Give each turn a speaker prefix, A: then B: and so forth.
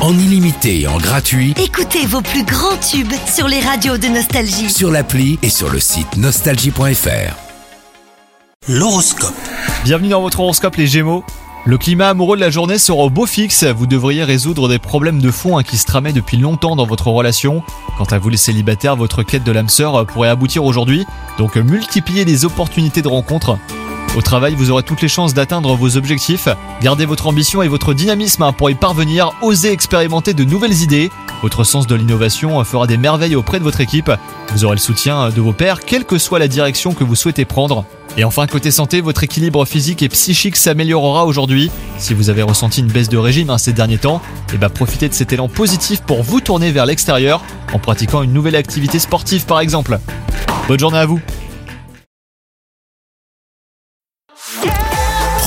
A: en illimité et en gratuit
B: Écoutez vos plus grands tubes sur les radios de Nostalgie.
A: sur l'appli et sur le site nostalgie.fr. L'horoscope.
C: Bienvenue dans votre horoscope les Gémeaux. Le climat amoureux de la journée sera au beau fixe, vous devriez résoudre des problèmes de fond hein, qui se tramaient depuis longtemps dans votre relation. Quant à vous les célibataires, votre quête de l'âme sœur euh, pourrait aboutir aujourd'hui, donc euh, multipliez les opportunités de rencontre. Au travail, vous aurez toutes les chances d'atteindre vos objectifs. Gardez votre ambition et votre dynamisme hein, pour y parvenir, osez expérimenter de nouvelles idées. Votre sens de l'innovation euh, fera des merveilles auprès de votre équipe. Vous aurez le soutien euh, de vos pairs, quelle que soit la direction que vous souhaitez prendre. Et enfin, côté santé, votre équilibre physique et psychique s'améliorera aujourd'hui. Si vous avez ressenti une baisse de régime hein, ces derniers temps, eh ben, profitez de cet élan positif pour vous tourner vers l'extérieur en pratiquant une nouvelle activité sportive par exemple. Bonne journée à vous